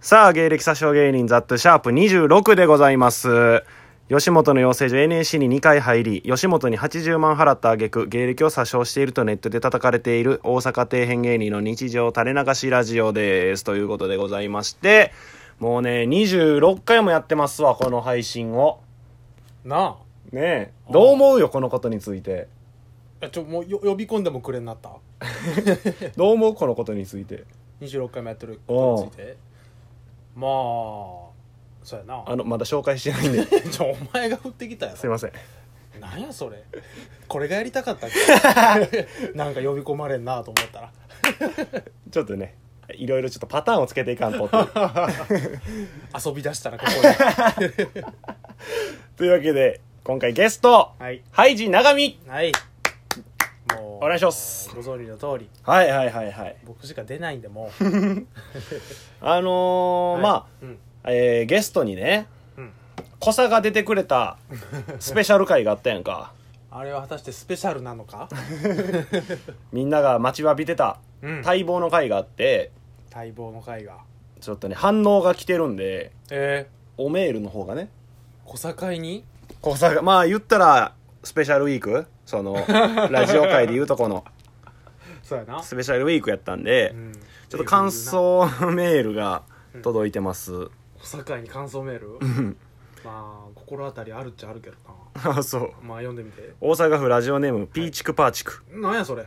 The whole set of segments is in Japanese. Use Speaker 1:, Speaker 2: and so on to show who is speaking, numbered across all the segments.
Speaker 1: さあ、芸歴詐称芸人ザットシャープ26でございます。吉本の養成所 NAC に2回入り、吉本に80万払った挙句、芸歴を詐称しているとネットで叩かれている大阪底辺芸人の日常垂れ流しラジオです。ということでございまして、もうね、26回もやってますわ、この配信を。
Speaker 2: なあ
Speaker 1: ねえ、どう思うよ、このことについて。
Speaker 2: えちょもうよ呼び込んでもくれになった
Speaker 1: どう思うこのことについて。
Speaker 2: 26回もやってることについてまあそうやな
Speaker 1: あの、まだ紹介してないんで、
Speaker 2: ちょお前が振ってきたや
Speaker 1: すいません。
Speaker 2: ろなんやそれこれがやりたかったっけ なんか呼び込まれんなと思ったら
Speaker 1: ちょっとね、いろいろちょっとパターンをつけていかんとっていう。
Speaker 2: 遊び出したら ここで
Speaker 1: というわけで今回ゲスト
Speaker 2: はい
Speaker 1: ハイジ長見
Speaker 2: はいもう
Speaker 1: お願いします
Speaker 2: ご存知の通り
Speaker 1: はいはいはいはい
Speaker 2: 僕しか出ないんでも
Speaker 1: あのー
Speaker 2: うはい
Speaker 1: ま
Speaker 2: うん
Speaker 1: あ、えーゲストにね
Speaker 2: うん
Speaker 1: 小佐が出てくれたスペシャル回があったやんか
Speaker 2: あれは果たしてスペシャルな のか、
Speaker 1: みんなが待ちわびてた
Speaker 2: うん、
Speaker 1: 待望の回があって
Speaker 2: 待望の会が
Speaker 1: ちょっとね反応が来てるんで
Speaker 2: え
Speaker 1: おメールの方がね
Speaker 2: ー、小堺に
Speaker 1: 小佐がまあ言ったらスペシャルウィークそのラジオ界でいうとこの
Speaker 2: そうやな
Speaker 1: スペシャルウィークやったんで、
Speaker 2: うん
Speaker 1: ちょっと感想メールが届いてます、
Speaker 2: 小堺に感想メールまあ心当たりあるっちゃあるけどな
Speaker 1: あそう
Speaker 2: まあ読んでみて
Speaker 1: 大阪府ラジオネームピーチクパーチ ク、
Speaker 2: なんやそれ
Speaker 1: い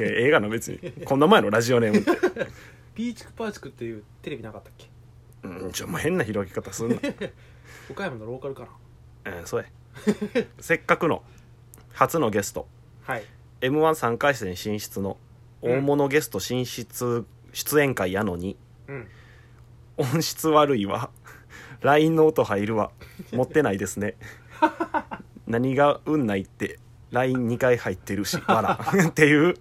Speaker 1: や映画の別にこんな前のラジオネームって、
Speaker 2: ピーチクパーチクっていうテレビなかったっけ
Speaker 1: うん、ちょもう変な広げ方すんな、
Speaker 2: 岡山のローカルかな
Speaker 1: うん、そうやせっかくの初のゲスト
Speaker 2: はい
Speaker 1: m 1 3回戦進出の大物ゲスト進出出演会やのに
Speaker 2: うん
Speaker 1: 音質悪いわ LINE の音入るわ持ってないですね何が運ないって LINE2 回入ってるし笑っていう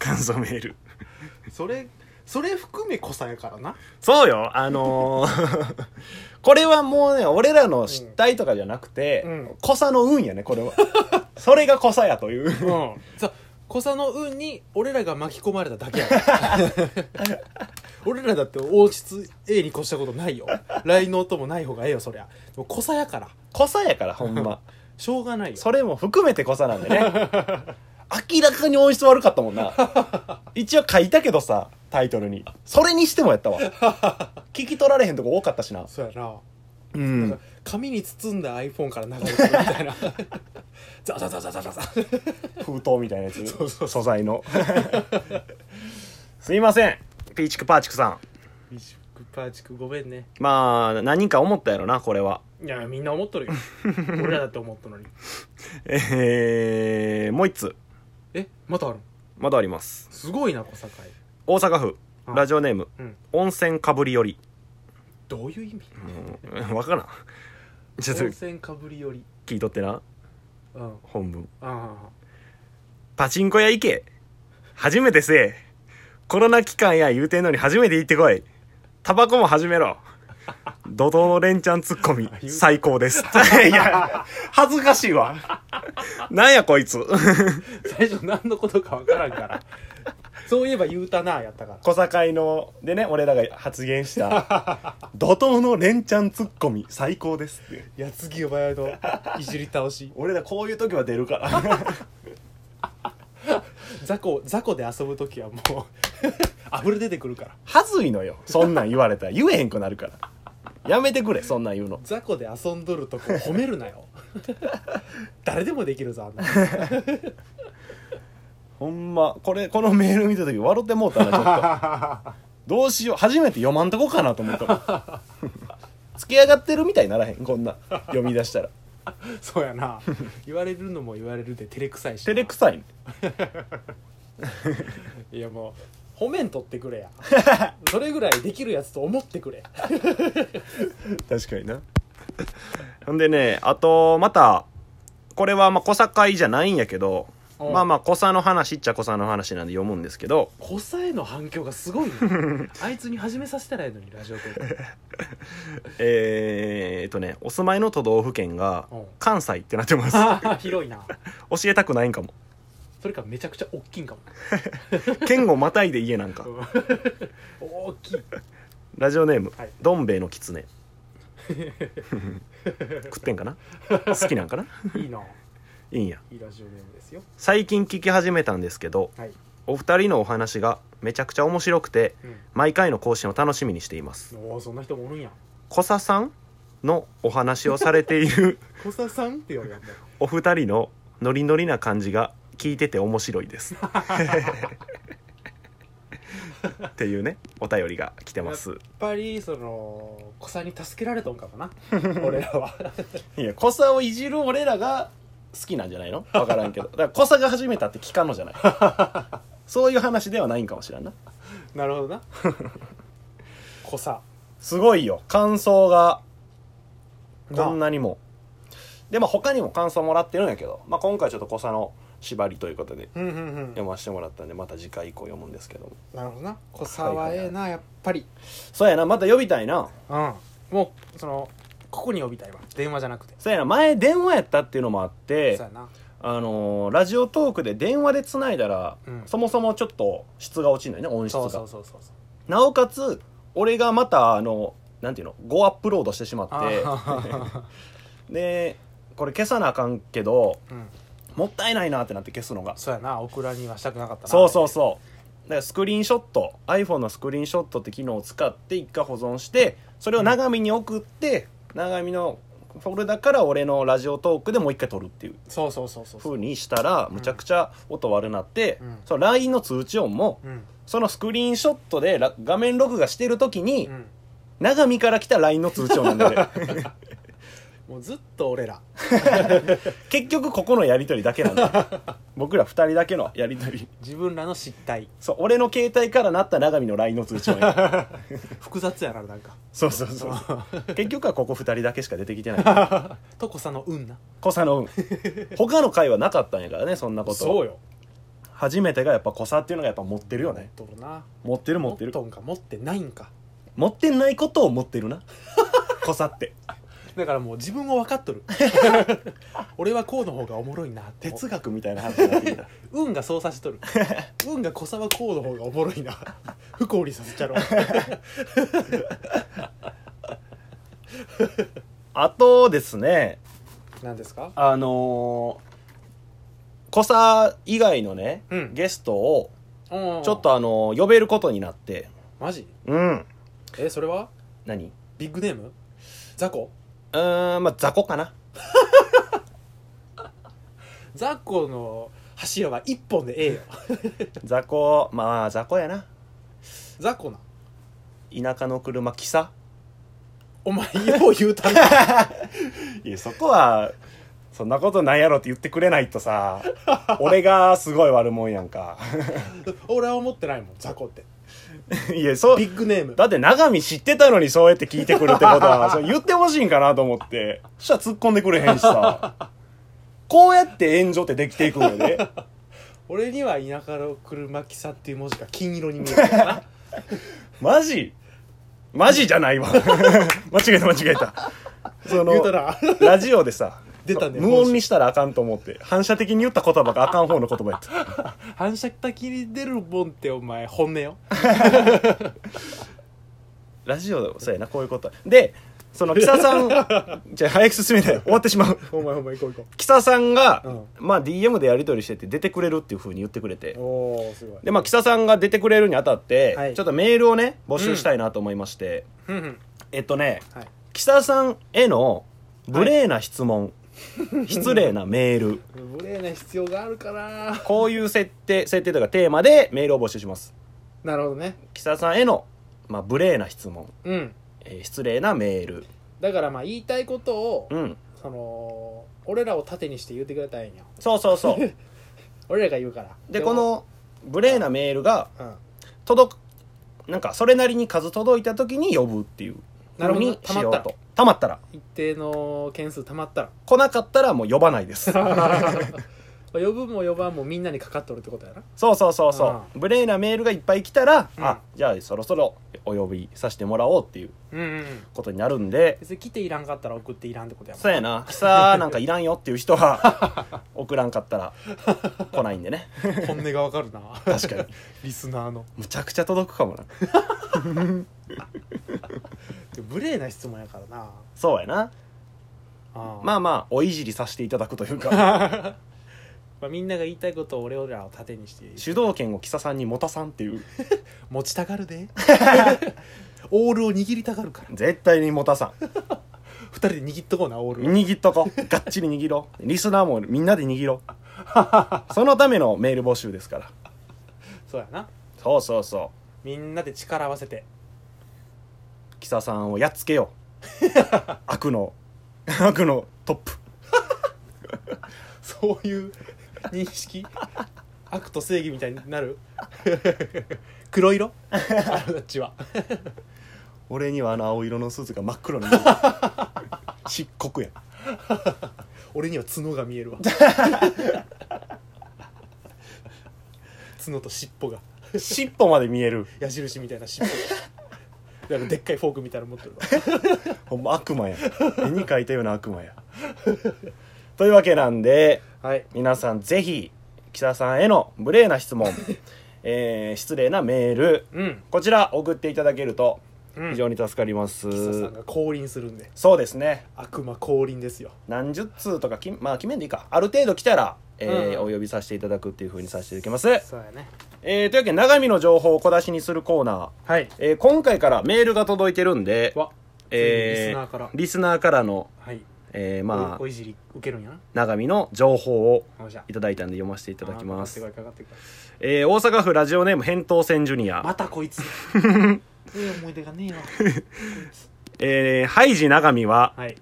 Speaker 1: 感想メール
Speaker 2: それそれ含め小さやからな
Speaker 1: そうよ、あのー これはもうね、俺らの失態とかじゃなくて、
Speaker 2: うん
Speaker 1: 濃さの運やね、こ れは。それが濃さやという。
Speaker 2: うんさ小さの運に俺らが巻き込まれただけ やから俺らだって王室 A に越したことないよ LINE の音もない方がええよそりゃでも小さやから
Speaker 1: 濃さやから、ほん ま。
Speaker 2: しょうがないよ
Speaker 1: それも含めて濃さなんで ね。明らかに音質悪かったもんな。一応書いたけどさ、タイトルに。それにしてもやった わ。聞き取られへんとこ多かったしな。
Speaker 2: そうやな
Speaker 1: うん。
Speaker 2: 紙に包んだ iPhone から流れてるみたいな ザザザザザザザ
Speaker 1: 封筒みたいなやつ。
Speaker 2: そうそう
Speaker 1: 素材の。 すいません。ピーチクパーチクさん。
Speaker 2: ミシュクパーチクごめんね
Speaker 1: まあ、何人か思ったやろな、これは。
Speaker 2: いやみんな思っとる よ俺らだって思ったのに
Speaker 1: えー、もう一つ
Speaker 2: えまたある
Speaker 1: まだあります
Speaker 2: すごいな小堺
Speaker 1: 大阪府
Speaker 2: あ
Speaker 1: ラジオネーム
Speaker 2: うん
Speaker 1: 温泉かぶりより
Speaker 2: どういう意味
Speaker 1: うんわからんちょっと
Speaker 2: 温泉かぶりより
Speaker 1: 聞いとってな
Speaker 2: うんあ
Speaker 1: 本文
Speaker 2: あ
Speaker 1: パチンコ屋行け初めてせえコロナ期間や言うてんのに初めて行ってこいタバコも始めろ怒涛の連チャンツッ コミ
Speaker 2: 言う
Speaker 1: 最高ですいや恥ずかしいわ なんやこいつ
Speaker 2: 最初何のことか分からん からそういえば言うたなやったから
Speaker 1: 小堺のでね俺らが発言した 「怒涛の連チャンツッコミ最高です」って
Speaker 2: やつぎお前のいじり倒し
Speaker 1: 俺らこういう時は出るから
Speaker 2: 雑魚雑魚で遊ぶ時は もうあふれ出てくるから
Speaker 1: はずいのよそんなん言われたら言えへんくなるからやめてくれそんなん言うの
Speaker 2: 雑魚で遊んどるとこ褒めるな よ誰でもできるぞあんな
Speaker 1: ほんまこれこのメール見た時笑ってもうたなちょっと どうしよう初めて読まんとこかなと思ったもん 付き上がってるみたいにならへんこんな読み出したら
Speaker 2: そうやな言われるのも言われるで照れくさいしな
Speaker 1: 照れくさい、ね、
Speaker 2: いやもう褒めんとってく れやそれぐらいできるやつと思ってくれ
Speaker 1: 確かにな ほんでねあとまたこれはまあ小堺じゃないんやけど
Speaker 2: うん
Speaker 1: まあまあ小佐の話っちゃ小佐の話なんで読むんですけど
Speaker 2: 小さへの反響がすごい ねあいつに始めさせたらいいのにラジオトーク
Speaker 1: えー、えっとねお住まいの都道府県が
Speaker 2: うん
Speaker 1: 関西ってなってます
Speaker 2: あ あ広いな
Speaker 1: 教えたくないんかも
Speaker 2: それかめちゃくちゃ大 きいんかも
Speaker 1: 県をまたいで家なんか
Speaker 2: うん大きい
Speaker 1: ラジオネーム、
Speaker 2: はい
Speaker 1: どん兵衛の 狐食ってんかな好きなんかない
Speaker 2: いな。
Speaker 1: いいんや
Speaker 2: いいラジオネームですよ。
Speaker 1: 最近聞き始めたんですけど
Speaker 2: はい。
Speaker 1: お二人のお話がめちゃくちゃ面白くて毎回の更新を楽しみにしています
Speaker 2: うん、おお、そんな人もおるんや。
Speaker 1: コサさんのお話をされている
Speaker 2: 小佐さんって呼ぶやんもう。
Speaker 1: お二人のノリノリな感じが聞いてて面白いです っていうねお便りが来てます
Speaker 2: やっぱりその子さんに助けられとんかもな 俺ら はい
Speaker 1: や、コサをいじる俺らが好きなんじゃないのわからんけど。だから、コサが始めたって聞かんのじゃない。そういう 話ではないんかもしれんな。
Speaker 2: なるほどな子さ
Speaker 1: すごいよ。感想が、
Speaker 2: な
Speaker 1: こんなにも。で、まあ他にも感想もらってるんやけど、まあ今回ちょっとコサの縛りということで
Speaker 2: うんうんうん
Speaker 1: 読ませてもらったんで、また次回以降読むんですけども。
Speaker 2: なるほどな子さはええなやっぱり
Speaker 1: そうやな、また呼びたいな。
Speaker 2: うんもうそのここに呼びたいわ電話じゃなくて
Speaker 1: そうやな、前電話やったっていうのもあっ
Speaker 2: そう
Speaker 1: て、
Speaker 2: やな
Speaker 1: あのーラジオトークで電話でつないだら、
Speaker 2: うん
Speaker 1: そもそもちょっと質が落ちるのよね、音質が。
Speaker 2: そうそうそうそうそう
Speaker 1: なおかつ俺がまたあのなんていうの5アップロードしてしま
Speaker 2: あ
Speaker 1: っ
Speaker 2: ー
Speaker 1: て でこれ消さなあかんけど
Speaker 2: うん
Speaker 1: もったいないなってなって消すのが
Speaker 2: そうやなオクラにはしたくなかったな
Speaker 1: そうそうそうだからスクリーンショット iPhone のスクリーンショットって機能を使って一回保存してそれを長見に送って長見のフォルダから俺のラジオトークでもう一回撮るっていう
Speaker 2: そうそうそうそうそう
Speaker 1: 風にしたらむちゃくちゃ音悪なって、
Speaker 2: うん
Speaker 1: その LINE の通知音も
Speaker 2: うん
Speaker 1: そのスクリーンショットでら画面録画してる時に、
Speaker 2: うん
Speaker 1: 長見から来た LINE の通知音なんだよね
Speaker 2: もうずっと俺ら
Speaker 1: 結局ここのやり取りだけなんだよ僕ら二人だけのやり取り
Speaker 2: 自分らの失態
Speaker 1: そう俺の携帯からなった長見の LINE の通知音や
Speaker 2: 複雑やななん か
Speaker 1: そうそう そう結局はここ二人だけしか出てきてない
Speaker 2: と子さの運な
Speaker 1: 小佐 の運他の回はなかったんやからねそんなこと
Speaker 2: そうよ
Speaker 1: 初めてがやっぱ小佐っていうのがやっぱ持ってるよね
Speaker 2: 持っとるな
Speaker 1: 持ってる持ってる
Speaker 2: 持っとんか持ってないんか
Speaker 1: 持ってないことを持ってるな 小佐って
Speaker 2: だからもう自分を分かっ とる俺はこうの方がおもろいなって
Speaker 1: 哲学みたいな話になってきた
Speaker 2: 運がそうさしとる運が小沢こうの方がおもろ いな不幸にさせちゃろう
Speaker 1: あとですね
Speaker 2: 何ですか
Speaker 1: あのー、コサ以外のね、
Speaker 2: うん
Speaker 1: ゲストを、
Speaker 2: ちょ
Speaker 1: ちょっとあのー呼べることになって、
Speaker 2: マジ
Speaker 1: うん。
Speaker 2: えそれは
Speaker 1: 何う
Speaker 2: ビッグネームザコ
Speaker 1: ーん、まあ、雑魚かな。
Speaker 2: ザコの柱は一本でえ えよ
Speaker 1: 雑魚、まあ、雑魚やな。
Speaker 2: ザコな
Speaker 1: 田舎の車、キサ。
Speaker 2: お前よう言うたな
Speaker 1: いや、そこは、そんなことないやろって言ってくれないと さ、俺がすごい悪もんやんか。
Speaker 2: 俺は思ってないもんザコって
Speaker 1: いや、そう
Speaker 2: ビ、ッグネーム
Speaker 1: だって長見知ってたのにそうやって聞いてくるってことは、 それ言ってほしいんかなと思って、そしたら突っ込んでくれへんしさ。こうやって炎上ってできていくんよね。
Speaker 2: 俺には田舎の車汽車っていう文字が金色に見 えるな
Speaker 1: マジマジじゃないわ。 間違えた間違えた。そ
Speaker 2: 言うた
Speaker 1: の、
Speaker 2: ら
Speaker 1: ラジオでさ、
Speaker 2: 出たね
Speaker 1: 無音にしたらあかんと思って、反射的に言った言葉があかん方の言葉やった。
Speaker 2: 反射的に出るもんってお前本音よ
Speaker 1: ラジオ、そうやな、こういうこと。で、その、キサ さん、じゃあ早く進めない。終わってしまう。
Speaker 2: お前お前行こう行こ
Speaker 1: キサさんが、
Speaker 2: うん
Speaker 1: まあ DM でやり取りしてて出てくれるっていう風に言ってくれて。
Speaker 2: おおすごい
Speaker 1: で、まあ、キサさんが出てくれるにあたって、
Speaker 2: はい
Speaker 1: ちょっとメールをね、募集したいなと思いまして、
Speaker 2: うんうん
Speaker 1: えっとね、
Speaker 2: はい
Speaker 1: キサさんへの無礼な質問、失礼なメール、
Speaker 2: 無礼な必要があるから
Speaker 1: こういう設定、設定というかテーマでメールを募集します。
Speaker 2: なるほどね
Speaker 1: キサさんへの、まあ、無礼な質問、
Speaker 2: うん
Speaker 1: えー失礼なメール、
Speaker 2: だからまあ言いたいことを、
Speaker 1: うん。
Speaker 2: その俺らを盾にして言ってくれたらいいんよ
Speaker 1: そうそうそう。
Speaker 2: 俺らが言うから
Speaker 1: で、この無礼なメールが
Speaker 2: うん
Speaker 1: 届く、なんかそれなりに数届いた時に呼ぶっていう
Speaker 2: なるほど
Speaker 1: 風にしよう
Speaker 2: たまった
Speaker 1: と
Speaker 2: ら。
Speaker 1: たまったら。
Speaker 2: 一定の件数たまったら
Speaker 1: 来なかったらもう呼ばないです。
Speaker 2: 呼ぶも呼ばんもみんなにかかっとるってことやな
Speaker 1: そうそうそうそう、無礼なメールがいっぱい来たら、
Speaker 2: うん
Speaker 1: あじゃあそろそろお呼びさせてもらおうっていう
Speaker 2: うん、うん、
Speaker 1: ことになるん で
Speaker 2: 別に来ていらんかったら送っていらんってことやも
Speaker 1: そうやな草なんかいらんよっていう人は 送らんかったら来ないんでね
Speaker 2: ん本音がわかるな
Speaker 1: 確かに
Speaker 2: リスナーの
Speaker 1: むちゃくちゃ届くかもな
Speaker 2: 無礼な質問やからな
Speaker 1: そうやな
Speaker 2: あ
Speaker 1: まあまあおいじりさせていただくというか
Speaker 2: まあみんなが言いたいことを俺らを盾にして
Speaker 1: 主導権を木佐さんに持たさんっていう
Speaker 2: 持ちたがる でオールを握りたがるから
Speaker 1: 絶対に持たさ
Speaker 2: 二人で握っとこうなオー
Speaker 1: ん
Speaker 2: ルを
Speaker 1: 握っとこうがっちり握ろうリスナーもみんなで握ろうそのためのメール募集ですから
Speaker 2: そうやな
Speaker 1: そうそうそ
Speaker 2: みんなで力合わせて
Speaker 1: う木佐さんをやっつけよう悪の悪のトップ
Speaker 2: そういう認識悪と正義みたいになる 黒色あっちは
Speaker 1: 俺にはあの青色のスーツが真っ黒に見える漆黒や
Speaker 2: 俺には角が見 えるわ角と尻尾が
Speaker 1: 尻尾まで見える
Speaker 2: 矢印みたいな尻尾 がなんかでっかいフォークみたいなの持ってるわ
Speaker 1: ほんま悪魔や絵に描いたような悪魔やというわけなんで
Speaker 2: はい
Speaker 1: 皆さんぜひ木田さんへの無礼な質問、えー失礼なメール
Speaker 2: うん
Speaker 1: こちら送っていただけると
Speaker 2: うん
Speaker 1: 非常に助かります、
Speaker 2: キサさんが降臨するんで
Speaker 1: そうですね
Speaker 2: 悪魔降臨ですよ
Speaker 1: 何十通とかきまあ決めんでいいかある程度来たら、えー
Speaker 2: うん
Speaker 1: お呼びさせていただくっていうふうにさせていただきます、
Speaker 2: そうやね
Speaker 1: えーというわけで長見の情報を小出しにするコーナー、
Speaker 2: はい
Speaker 1: えー今回からメールが届いてるんで
Speaker 2: わ
Speaker 1: えー
Speaker 2: リスナーから
Speaker 1: リスナーからの、
Speaker 2: はい
Speaker 1: えーま
Speaker 2: お
Speaker 1: あ
Speaker 2: いじり受けるんやな
Speaker 1: 長見の情報を
Speaker 2: あじゃあ
Speaker 1: いただいたんで読ませていただきます
Speaker 2: あーかかってこいかかって
Speaker 1: えー大阪府ラジオネーム返答戦ジュニ
Speaker 2: こい
Speaker 1: ア、
Speaker 2: またこいつええ思い出がねえわ
Speaker 1: えー、ハイジ長見は
Speaker 2: はい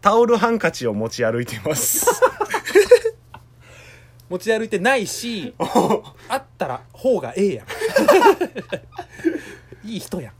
Speaker 1: タオルハンカチを持ち歩いています
Speaker 2: 持ち歩いてないしあったら方がええやんいい人やん